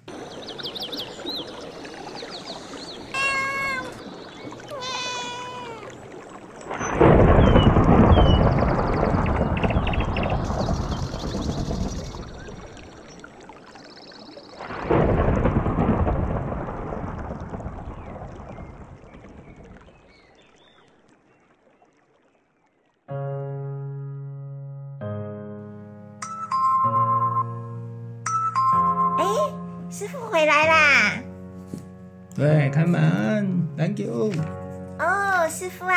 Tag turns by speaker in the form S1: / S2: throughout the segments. S1: 哎，师傅回来啦！
S2: 对，开门，Thank you。
S1: 哦，师傅啊，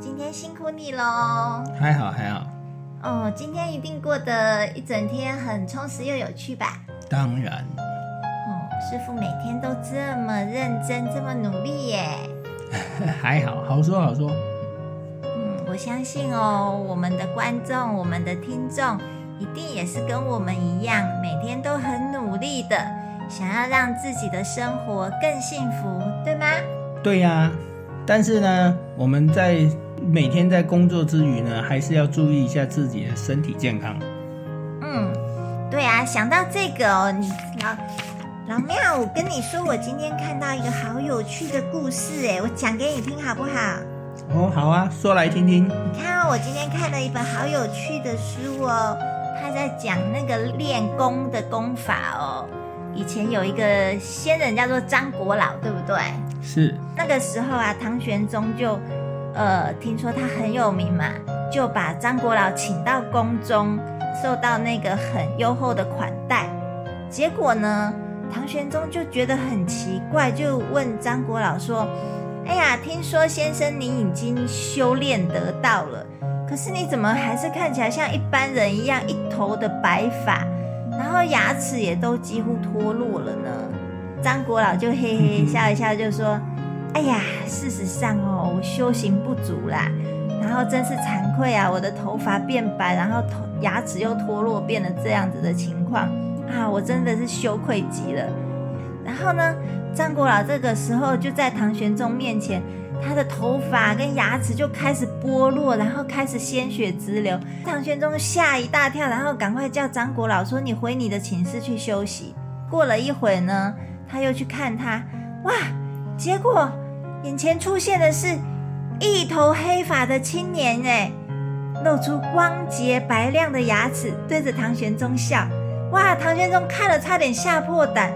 S1: 今天辛苦你喽！
S2: 还好还好，
S1: 哦，今天一定过得一整天很充实又有趣吧？
S2: 当 然，
S1: 哦，师傅每天都这么认真，这么努力耶！
S2: 还好，好说好说。
S1: 嗯，我相信哦，我们的观众、我们的听众，一定也是跟我们一样，每天都很努力的，想要让自己的生活更幸福，对吗？
S2: 对呀、但是呢，我们在每天在工作之余呢，还是要注意一下自己的身体健康。
S1: 嗯，对啊，想到这个哦，你老老妙，我跟你说，我今天看到一个好有趣的故事，哎，我讲给你听好不好？
S2: 哦，好啊，说来听听。
S1: 你看、哦，我今天看了一本好有趣的书哦，他在讲那个练功的功法哦。以前有一个仙人叫做张国老，对不对？
S2: 是，
S1: 那个时候啊，唐玄宗就呃听说他很有名嘛，就把张国老请到宫中，受到那个很优厚的款待。结果呢，唐玄宗就觉得很奇怪，就问张国老说：“哎呀，听说先生你已经修炼得道了，可是你怎么还是看起来像一般人一样，一头的白发，然后牙齿也都几乎脱落了呢？”张国老就嘿嘿笑一笑，就说：“哎呀，事实上哦，我修行不足啦，然后真是惭愧啊，我的头发变白，然后头牙齿又脱落，变成这样子的情况啊，我真的是羞愧极了。”然后呢，张国老这个时候就在唐玄宗面前，他的头发跟牙齿就开始剥落，然后开始鲜血直流。唐玄宗吓一大跳，然后赶快叫张国老说：“你回你的寝室去休息。”过了一会呢，他又去看他，哇！结果眼前出现的是一头黑发的青年，哎，露出光洁白亮的牙齿，对着唐玄宗笑。哇！唐玄宗看了差点吓破胆，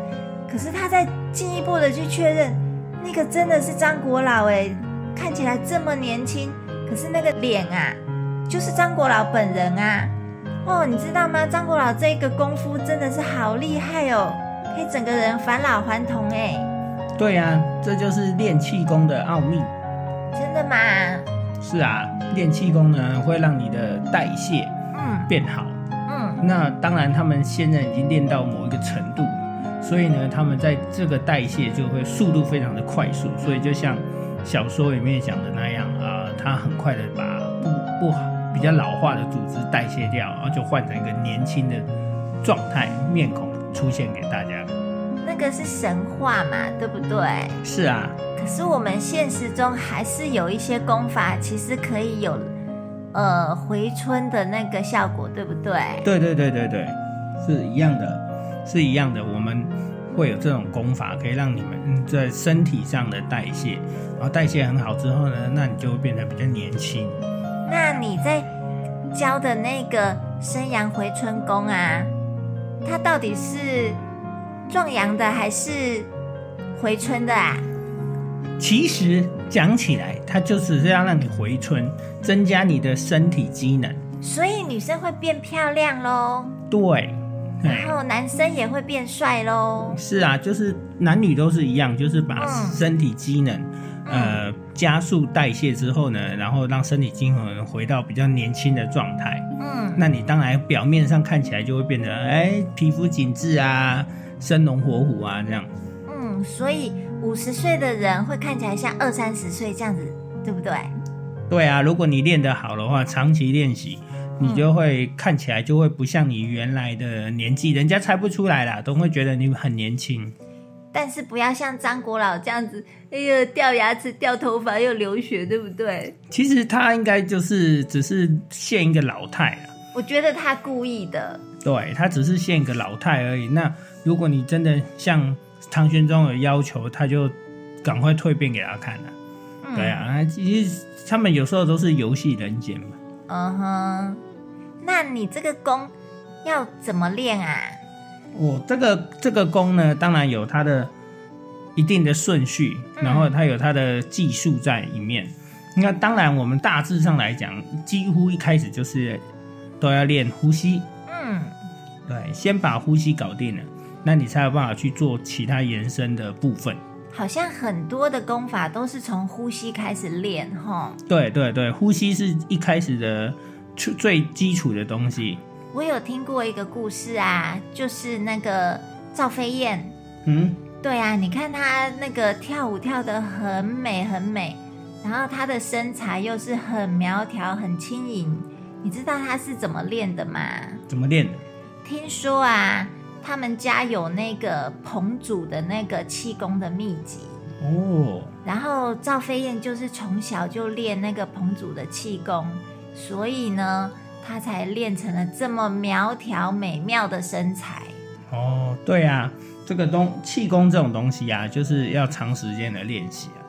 S1: 可是他在进一步的去确认，那个真的是张国老哎，看起来这么年轻，可是那个脸啊，就是张国老本人啊。哦，你知道吗？张国老这个功夫真的是好厉害哦，可以整个人返老还童哎。
S2: 对呀、这就是练气功的奥秘。
S1: 真的吗？
S2: 是啊，练气功呢会让你的代谢
S1: 嗯
S2: 变好。
S1: 嗯
S2: 那当然，他们现在已经练到某一个程度，所以呢，他们在这个代谢就会速度非常的快速，所以就像小说里面讲的那样啊、他很快的把不不好比较老化的组织代谢掉，然后就换成一个年轻的状态面孔出现给大家。
S1: 那个是神话嘛，对不对？
S2: 是啊，
S1: 可是我们现实中还是有一些功法，其实可以有呃回春的那个效果，对不对？
S2: 对对对对对，是一样的，是一样的。我们会有这种功法，可以让你们嗯在身体上的代谢，然后代谢很好之后呢，那你就会变得比较年轻。
S1: 那你在教的那个生阳回春功啊，它到底是壮阳的还是回春的啊？
S2: 其实讲起来，它就只是要让你回春，增加你的身体机能。
S1: 所以女生会变漂亮喽，
S2: 对，哎
S1: 然，后男生也会变帅喽。
S2: 是啊，就是男女都是一样，就是把
S1: 嗯
S2: 身体机能，呃，加速代谢之后呢，然后让身体机能回到比较年轻的状态。
S1: 嗯，
S2: 那你当然表面上看起来就会变得，哎，皮肤紧致啊，生龙活虎啊，这样。
S1: 嗯，所以五十岁的人会看起来像二三十岁这样子，对不对？
S2: 对啊，如果你练得好的话，长期练习，你就会看起来就会不像你原来的年纪，人家猜不出来啦，都会觉得你很年轻。
S1: 但是不要像张国老这样子，哎呦掉牙齿、掉头发又流血，对不对？
S2: 其实他应该就是只是现一个老态啦，
S1: 我觉得他故意的，
S2: 对他只是现一个老态而已。那如果你真的像唐玄宗有要求，他就赶快蜕变给他看了、
S1: 嗯，
S2: 对，啊，那其实他们有时候都是游戏人间嘛。
S1: 嗯哼。那你这个功要怎么练啊？
S2: 我这个这个功呢，当然有它的一定的顺序，
S1: 嗯
S2: 然后它有它的技术在里面。那当然，我们大致上来讲，几乎一开始就是都要练呼吸，
S1: 嗯
S2: 对，先把呼吸搞定了，那你才有办法去做其他延伸的部分。
S1: 好像很多的功法都是从呼吸开始练哈。
S2: 对对对，呼吸是一开始的最最基础的东西。
S1: 我有听过一个故事啊，就是那个赵飞燕，
S2: 嗯，
S1: 对啊，你看她那个跳舞跳得很美很美，然后她的身材又是很苗条很轻盈，你知道她是怎么练的吗？
S2: 怎么练的？
S1: 听说啊，他们家有那个彭祖的那个气功的秘籍，
S2: 哦，
S1: 然后赵飞燕就是从小就练那个彭祖的气功，所以呢，她才练成了这么苗条美妙的身材。
S2: 哦，对啊，这个东气功这种东西啊，就是要长时间的练习啊，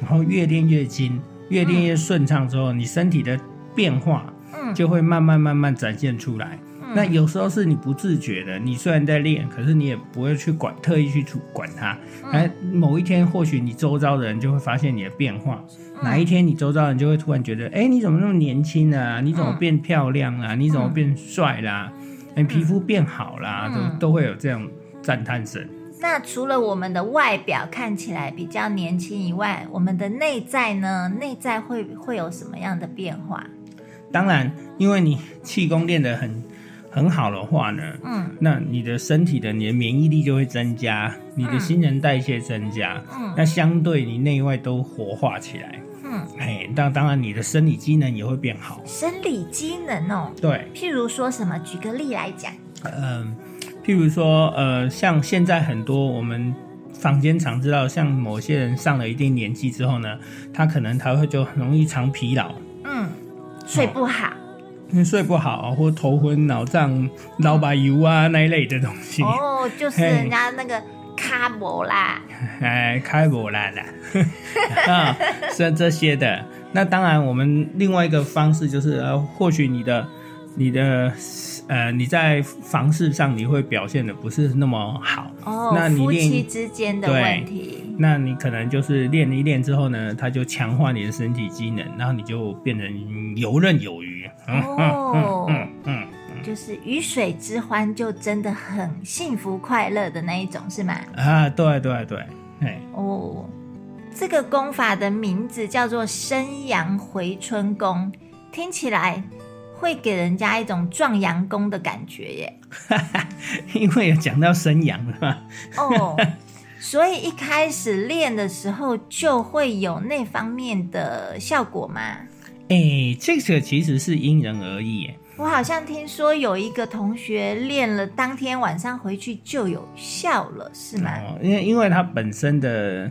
S2: 然后越练越精，越练越顺畅之后，你身体的变化
S1: 嗯
S2: 就会慢慢慢慢展现出
S1: 嗯
S2: 来。那有时候是你不自觉的，你虽然在练，可是你也不会去管，特意去管它。
S1: 嗯
S2: 哎，某一天或许你周遭的人就会发现你的变化，
S1: 嗯
S2: 哪一天你周遭的人就会突然觉得，哎，你怎么那么年轻啊？你怎么
S1: 嗯
S2: 变漂亮啦、你怎么
S1: 嗯
S2: 变帅啦、你皮肤变好啦，
S1: 嗯
S2: 都都会有这样赞叹声。
S1: 那除了我们的外表看起来比较年轻以外，我们的内在呢？内在会会有什么样的变化？
S2: 当然，因为你气功练得很很好的话呢，
S1: 嗯
S2: 那你的身体的你的免疫力就会增加，你的
S1: 嗯
S2: 新陈代谢增加，
S1: 嗯
S2: 那相对你内外都活化起来，
S1: 嗯，
S2: 哎，那当然你的生理机能也会变好。
S1: 生理机能哦，
S2: 对，
S1: 譬如说什么？举个例来讲，
S2: 嗯，譬如说，呃，像现在很多我们坊间常知道，像某些人上了一定年纪之后呢，他可能他会就很容易常疲劳，
S1: 嗯，睡不好，
S2: 因为睡不好或头昏脑胀、脑把油啊那一类的东西，
S1: 哦， 就是人家那个卡博啦，
S2: 哎，开不烂啦， 啊，这这些的。那当然，我们另外一个方式就是，呃，或许你的、你的、呃，你在房事上你会表现的不是那么好，
S1: 哦
S2: 那，你
S1: 夫
S2: 练
S1: 妻之间的问题，
S2: 那你可能就是练一练之后呢，它就强化你的身体机能，然后你就变成游刃有余。嗯
S1: 哦
S2: 嗯嗯，
S1: 就是鱼水之欢，就真的很幸福快乐的那一种，是吗？
S2: 嗯啊，对对对，哎，
S1: 哦，这个功法的名字叫做生阳回春功，听起来会给人家一种壮阳功的感觉耶。
S2: 因为有讲到生阳了嘛，
S1: 哦， 所以一开始练的时候就会有那方面的效果嘛。
S2: 哎，这个其实是因人而异耶。
S1: 我好像听说有一个同学练了，当天晚上回去就有效了，是吗？
S2: 哦，因为因为它本身的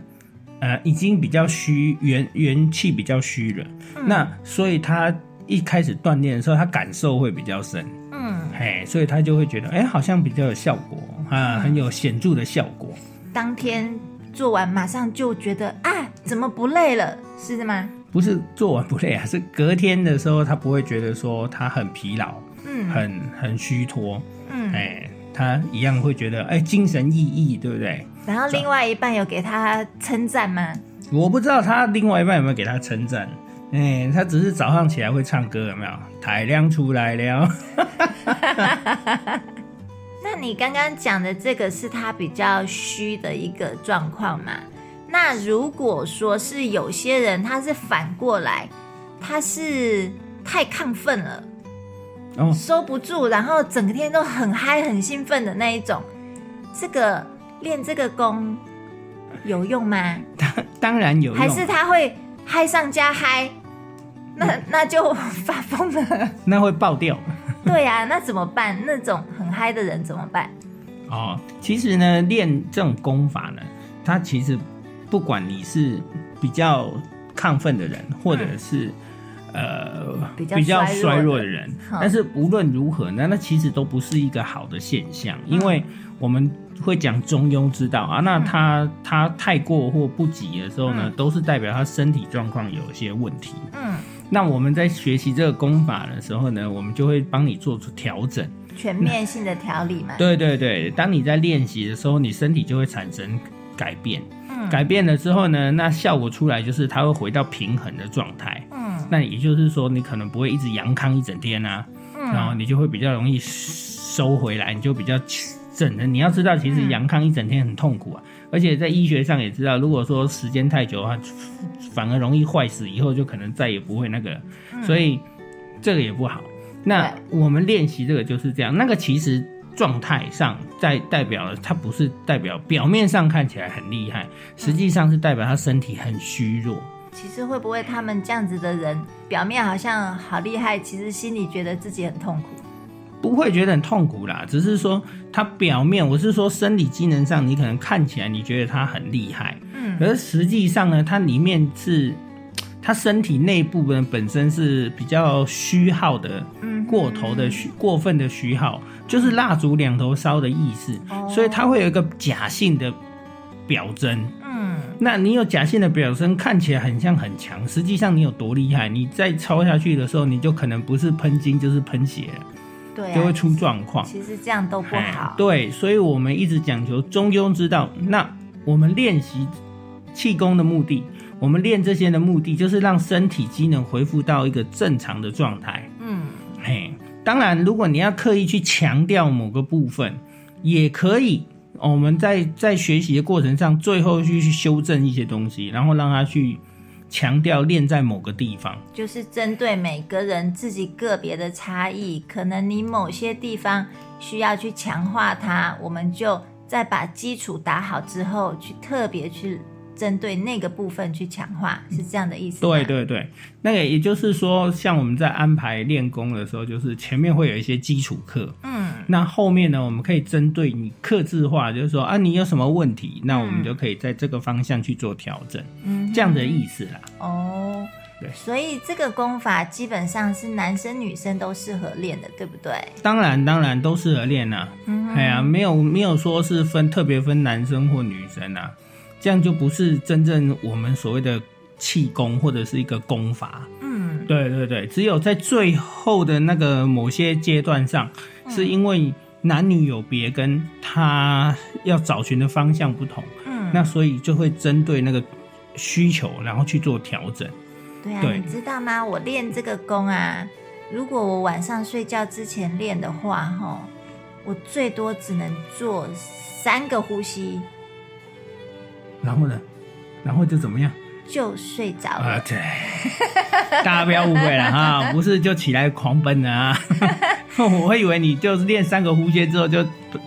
S2: 呃已经比较虚，元元气比较虚了，
S1: 嗯
S2: 那所以它一开始锻炼的时候，它感受会比较深，
S1: 嗯，
S2: 嘿，所以他就会觉得，哎，好像比较有效果啊，很有显著的效果。
S1: 当天做完马上就觉得啊，怎么不累了，是的吗？
S2: 不是做完不累啊，是隔天的时候他不会觉得说他很疲劳，
S1: 嗯
S2: 很很虚脱，
S1: 嗯。
S2: 哎、他一样会觉得哎精神奕奕，对不对？
S1: 然后另外一半有给他称赞吗？
S2: 我不知道他另外一半有没有给他称赞，哎、他只是早上起来会唱歌，有没有？太亮出来了，
S1: 那你刚刚讲的这个是他比较虚的一个状况嘛？那如果说是有些人他是反过来，他是太亢奋了，
S2: 哦
S1: 收不住，然后整天都很嗨、很兴奋的那一种，这个练这个功有用吗？
S2: 当当然有
S1: 还
S2: 用，
S1: 是他会嗨上加嗨？那那就发疯了。
S2: 那会爆掉。
S1: 对呀、那怎么办？那种很嗨的人怎么办？
S2: 哦，其实呢，练这种功法呢，它其实不管你是比较亢奋的人，或者是、呃
S1: 嗯比较
S2: 衰
S1: 衰
S2: 弱
S1: 弱
S2: 的
S1: 的
S2: 人，
S1: 好
S2: 但是无论如何呢，那其实都不是一个好的现象，
S1: 嗯
S2: 因为我们会讲中庸之道啊，那他他太过或不及的时候呢
S1: 嗯，
S2: 都是代表他身体状况有一些问题。
S1: 嗯，
S2: 那我们在学习这个功法的时候呢，我们就会帮你做出调整。
S1: 全面性的调理嘛。
S2: 对对对，当你在练习的时候，你身体就会产生改变。
S1: 嗯
S2: 改变了之后呢，那效果出来就是它会回到平衡的状态。
S1: 嗯
S2: 那也就是说，你可能不会一直阳康一整天啊，然后
S1: 嗯，
S2: 你就会比较容易收回来，你就比较整的。你要知道，其实
S1: 嗯
S2: 阳康一整天很痛苦啊，而且在医学上也知道，如果说时间太久的话，反而容易坏死，以后就可能再也不会那个了。所以这个也不好。那我们练习这个就是这样，那个其实状态上在代表了，它不是代表表面上看起来很厉害，实际上是代表他身体很虚弱。
S1: 其实会不会他们这样子的人，表面好像好厉害，其实心里觉得自己很痛苦。
S2: 不会觉得很痛苦啦，只是说他表面，我是说生理机能上，你可能看起来你觉得他很厉害，
S1: 嗯
S2: 可是实际上呢，它里面是它身体内部呢本身是比较虚耗的，
S1: 嗯
S2: 过头的虚过分的虚耗，就是蜡烛两头烧的意思，
S1: 哦
S2: 所以它会有一个假性的表征。
S1: 嗯
S2: 那你有假性的表征，看起来很像很强，实际上你有多厉害？你再抄下去的时候，你就可能不是喷金就是喷血了，
S1: 对
S2: 就会
S1: 啊，
S2: 出状况。
S1: 其实这样都不
S2: 哎
S1: 好。
S2: 对，所以我们一直讲求中庸之道。那我们练习气功的目的，我们练这些的目的，就是让身体机能恢复到一个正常的状态。
S1: 嗯
S2: 嘿，当然，如果你要刻意去强调某个部分，也可以。哦我们在在学习的过程上，最后去去修正一些东西，然后让它去强调练在某个地方。
S1: 就是针对每个人自己个别的差异，可能你某些地方需要去强化它，我们就再把基础打好之后，去特别去针对那个部分去强化，是这样的意思吗？
S2: 对对对，那个也就是说，像我们在安排练功的时候，就是前面会有一些基础课，
S1: 嗯
S2: 那后面呢，我们可以针对你克制化，就是说啊，你有什么问题，那我们就可以在这个方向去做调整，
S1: 嗯，
S2: 这样的意思啦。
S1: 哦
S2: 对。
S1: 所以这个功法基本上是男生女生都适合练的，对不对？
S2: 当然，当然都适合练啦、
S1: 嗯
S2: 哎呀、没有没有说是分特别分男生或女生啊，这样就不是真正我们所谓的气功或者是一个功法。
S1: 嗯
S2: 对对对，只有在最后的那个某些阶段上，
S1: 嗯
S2: 是因为男女有别，跟他要找寻的方向不同，
S1: 嗯，
S2: 那所以就会针对那个需求，然后去做调整。
S1: 对啊，
S2: 对
S1: 你知道吗？我练这个功啊，如果我晚上睡觉之前练的话，哈，我最多只能做三个呼吸
S2: 然后呢，然后就怎么样？
S1: 就睡着
S2: 啊，
S1: 了。
S2: 对， 大家不要误会了哈，不是就起来狂奔了啊！ 我会以为你就是练三个呼吸之后就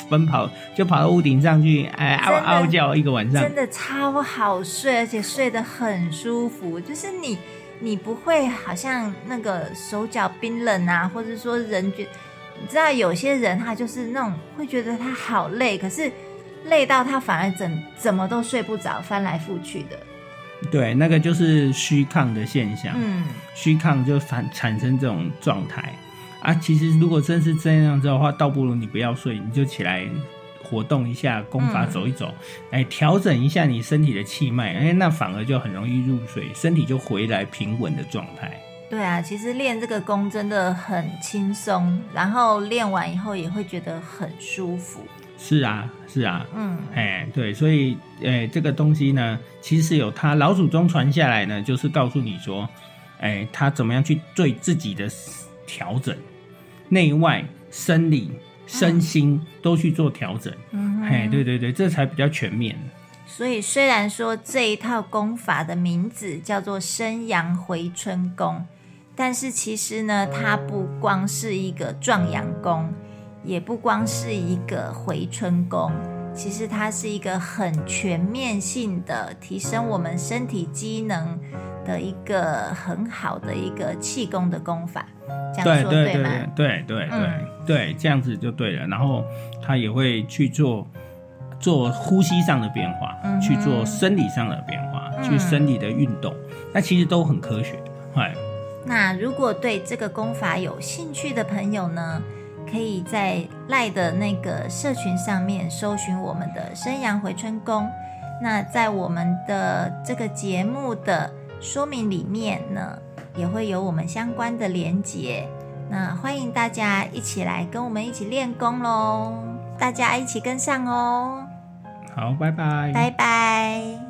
S2: 奔跑，就跑到屋顶上去，哎，嗷
S1: 真的
S2: 嗷叫一个晚上。
S1: 真的超好睡，而且睡得很舒服。就是你，你不会好像那个手脚冰冷啊，或者说人觉，你知道有些人他就是那种会觉得他好累，可是累到他反而怎怎么都睡不着，翻来覆去的。
S2: 对，那个就是虚亢的现象。
S1: 嗯
S2: 虚亢就反产生这种状态啊。其实如果真是这样子的话，倒不如你不要睡，你就起来活动一下，功法
S1: 嗯
S2: 走一走，哎、调整一下你身体的气脉，哎，那反而就很容易入睡，身体就回来平稳的状态。
S1: 对啊，其实练这个功真的很轻松，然后练完以后也会觉得很舒服。
S2: 是啊，是啊。
S1: 嗯
S2: 哎，对，所以，哎，这个东西呢，其实有它老祖宗传下来呢，就是告诉你说，哎，他怎么样去对自己的调整，内外、生理、身心都去做调整。
S1: 嗯哼，
S2: 哎，对对对，这才比较全面。
S1: 所以虽然说这一套功法的名字叫做生阳回春功，但是其实呢，它不光是一个壮阳功，也不光是一个回春功，其实它是一个很全面性的提升我们身体机能的一个很好的一个气功的功法。这样
S2: 对
S1: 说
S2: 对
S1: 吗？
S2: 对对对对
S1: 嗯
S2: 对，这样子就对了。然后他也会去做做呼吸上的变化，
S1: 嗯哼
S2: 去做生理上的变化，
S1: 嗯
S2: 去生理的运动，那其实都很科学。哎，
S1: 那如果对这个功法有兴趣的朋友呢，可以在赖的那个社群上面搜寻我们的生阳回春宫。那在我们的这个节目的说明里面呢，也会有我们相关的连结。那欢迎大家一起来跟我们一起练功喽，大家一起跟上哦，
S2: 好，拜拜，
S1: 拜拜。